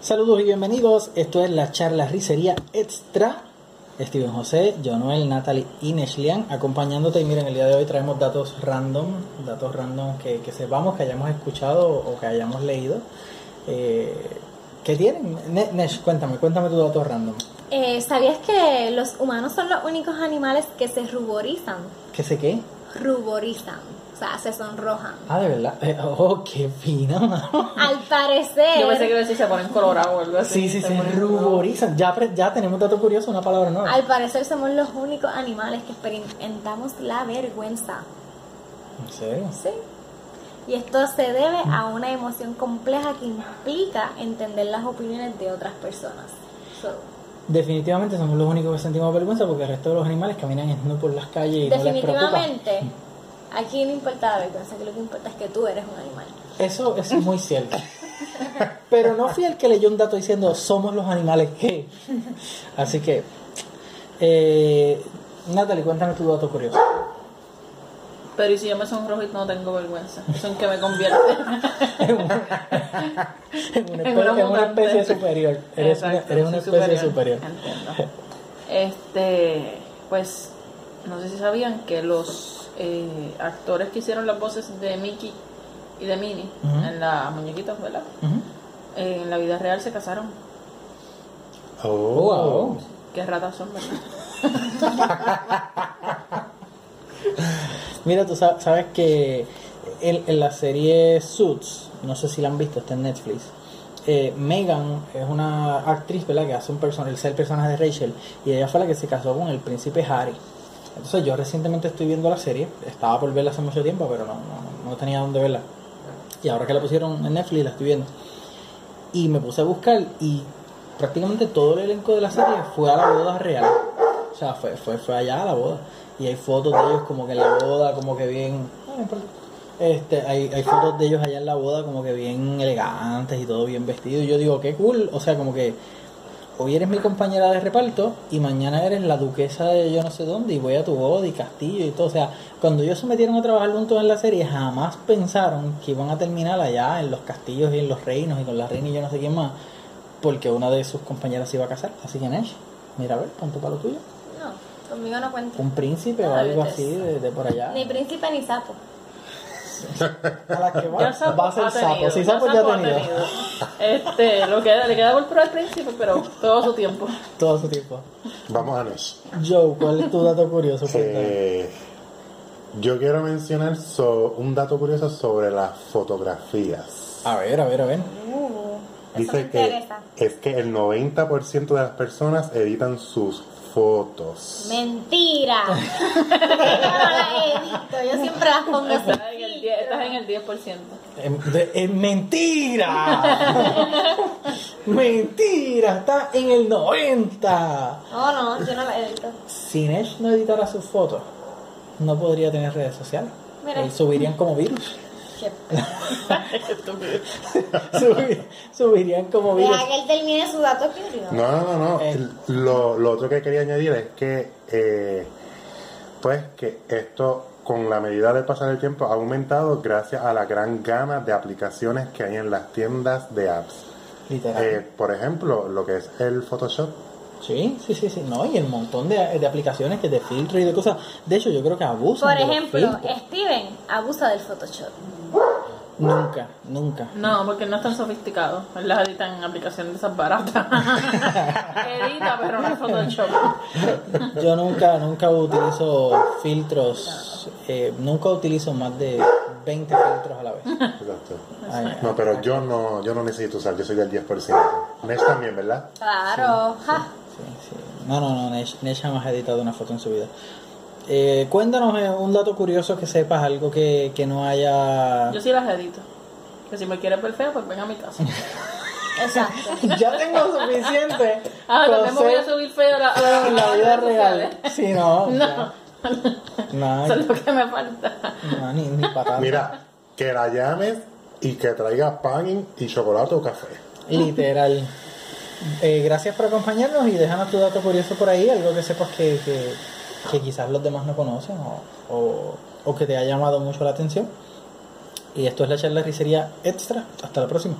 Saludos y bienvenidos. Esto es la charla Ricería Extra. Steven José, Jonuel, Natalie y Neshlian acompañándote. Y miren, el día de hoy traemos datos random, datos random que, que sepamos, que hayamos escuchado o que hayamos leído. Eh, ¿Qué tienen? Ne- Nesh, cuéntame, cuéntame tus datos random. Eh, ¿Sabías que los humanos son los únicos animales que se ruborizan? ¿Qué sé qué? Ruborizan, o sea, se sonrojan. Ah, de verdad. Eh, Oh, qué fina, mano. Al parecer... Yo pensé que iba a decir se ponen colorado o algo así. Sí, sí, Se se ponen colorados. ruborizan. Ya, pre- ya tenemos dato curioso, una palabra nueva. Al parecer somos los únicos animales que experimentamos la vergüenza. ¿En serio? Sí. Y esto se debe a una emoción compleja que implica entender las opiniones de otras personas. So, Definitivamente somos los únicos que sentimos vergüenza porque el resto de los animales caminan desnudos por las calles y no les preocupa. definitivamente, aquí no importa la vergüenza, que lo que importa es que tú eres un animal. Eso es muy cierto. Pero no fui el que leyó un dato diciendo somos los animales que. Así que, eh, Natalie, cuéntame tu dato curioso. Pero y si yo me sonrojo y no tengo vergüenza. Eso en que me convierte. En una, En espe- una en una mutante. especie superior. Eres una, Exacto, eres una soy especie superior. Entiendo. Este, pues, no sé si sabían que los eh, actores que hicieron las voces de Mickey y de Minnie Ujú. en las muñequitas, ¿verdad? Ujú. Eh, en la vida real se casaron. Oh, Wow. Qué ratas son, ¿verdad? Mira, tú sa- sabes que en, en la serie Suits, no sé si la han visto, está en Netflix. eh, Megan es una actriz, ¿verdad? Que hace un personaje, el personaje de Rachel, y ella fue la que se casó con el príncipe Harry. Entonces yo recientemente estoy viendo la serie, estaba por verla hace mucho tiempo, pero no, no, no tenía dónde verla. Y ahora que la pusieron en Netflix, la estoy viendo. Y me puse a buscar y prácticamente todo el elenco de la serie fue a la boda real. O sea, fue, fue, fue allá a la boda. Y hay fotos de ellos como que en la boda, como que bien... Ah, no importa. Este, hay, hay fotos de ellos allá en la boda como que bien elegantes y todo bien vestido. Y yo digo, qué cool. O sea, como que hoy eres mi compañera de reparto y mañana eres la duquesa de yo no sé dónde y voy a tu boda y castillo y todo. O sea, cuando ellos se metieron a trabajar juntos en la serie, jamás pensaron que iban a terminar allá en los castillos y en los reinos y con la reina y yo no sé quién más, porque una de sus compañeras se iba a casar. Así que Nesh, mira a ver, punto para lo tuyo. No, conmigo no cuenta. Un príncipe o Ah, algo vete. así de, de por allá. Ni príncipe ni sapo. A la que va, Ya sapo va a ser ha sapo. tenido, Sí, sapo ya ha tenido. Este, lo que le queda por probar al príncipe, pero todo su tiempo. Todo su tiempo. Vamos a Nesh. Joe, ¿cuál es tu dato curioso? Cuéntame. Eh, yo quiero mencionar so- un dato curioso sobre las fotografías. A ver, a ver, a ver. Uh, eso me Dice que interesa. es que el 90% de las personas editan sus fotos. Mentira. yo no la edito, yo siempre las pongo así. Estás en el 10%. Estás en el 10%. Es Em, mentira. mentira, está en el 90. No, no, yo no la edito. Si Nesh no editara sus fotos, no podría tener redes sociales. Mira. Él subirían como virus. Que- Estúpido. Subi- subirían como virus. Deja que él termine su dato primero. No, no, no, no. Eh. El- Lo, lo otro que quería añadir es que, eh, pues, que esto con la medida del pasar del tiempo ha aumentado gracias a la gran gama de aplicaciones que hay en las tiendas de apps. Literal. Eh, por ejemplo, lo que es el Photoshop. Sí, sí, sí, sí. No, y el montón de, de aplicaciones que de filtro y de cosas. De hecho, yo creo que abusan. Por de los ejemplo, filtros. Steven abusa del Photoshop. Nunca, nunca. No, porque no es tan sofisticado. Él las edita en aplicaciones de esas baratas. edita, pero no es Photoshop. Yo nunca, nunca utilizo filtros. eh, nunca utilizo más de 20 filtros a la vez. Exacto. Ay, No, pero yo no, yo no necesito usar, yo soy del 10%. Nesh también, ¿verdad? Claro, ja. Sí, sí. No, no, no, Nesh, Nesh jamás ha editado una foto en su vida. Eh, cuéntanos eh, un dato curioso que sepas, algo que, que no haya... Yo sí las edito. Que si me quieres ver fea, pues ven a mi casa. Exacto. ya tengo suficiente Ah, con también me voy a ser subir fea a la, a la- en la a vida las redes real. sociales. Sí, no. No, No, eso es lo que me falta. no, ni, ni patata. Mira, que la llames y que traiga pan y chocolate o café. Literal. Eh, gracias por acompañarnos y déjanos tu dato curioso por ahí, algo que sepas que, que, que quizás los demás no conocen o, o, o que te ha llamado mucho la atención. Y esto es la charla de Ricería Extra. Hasta la próxima.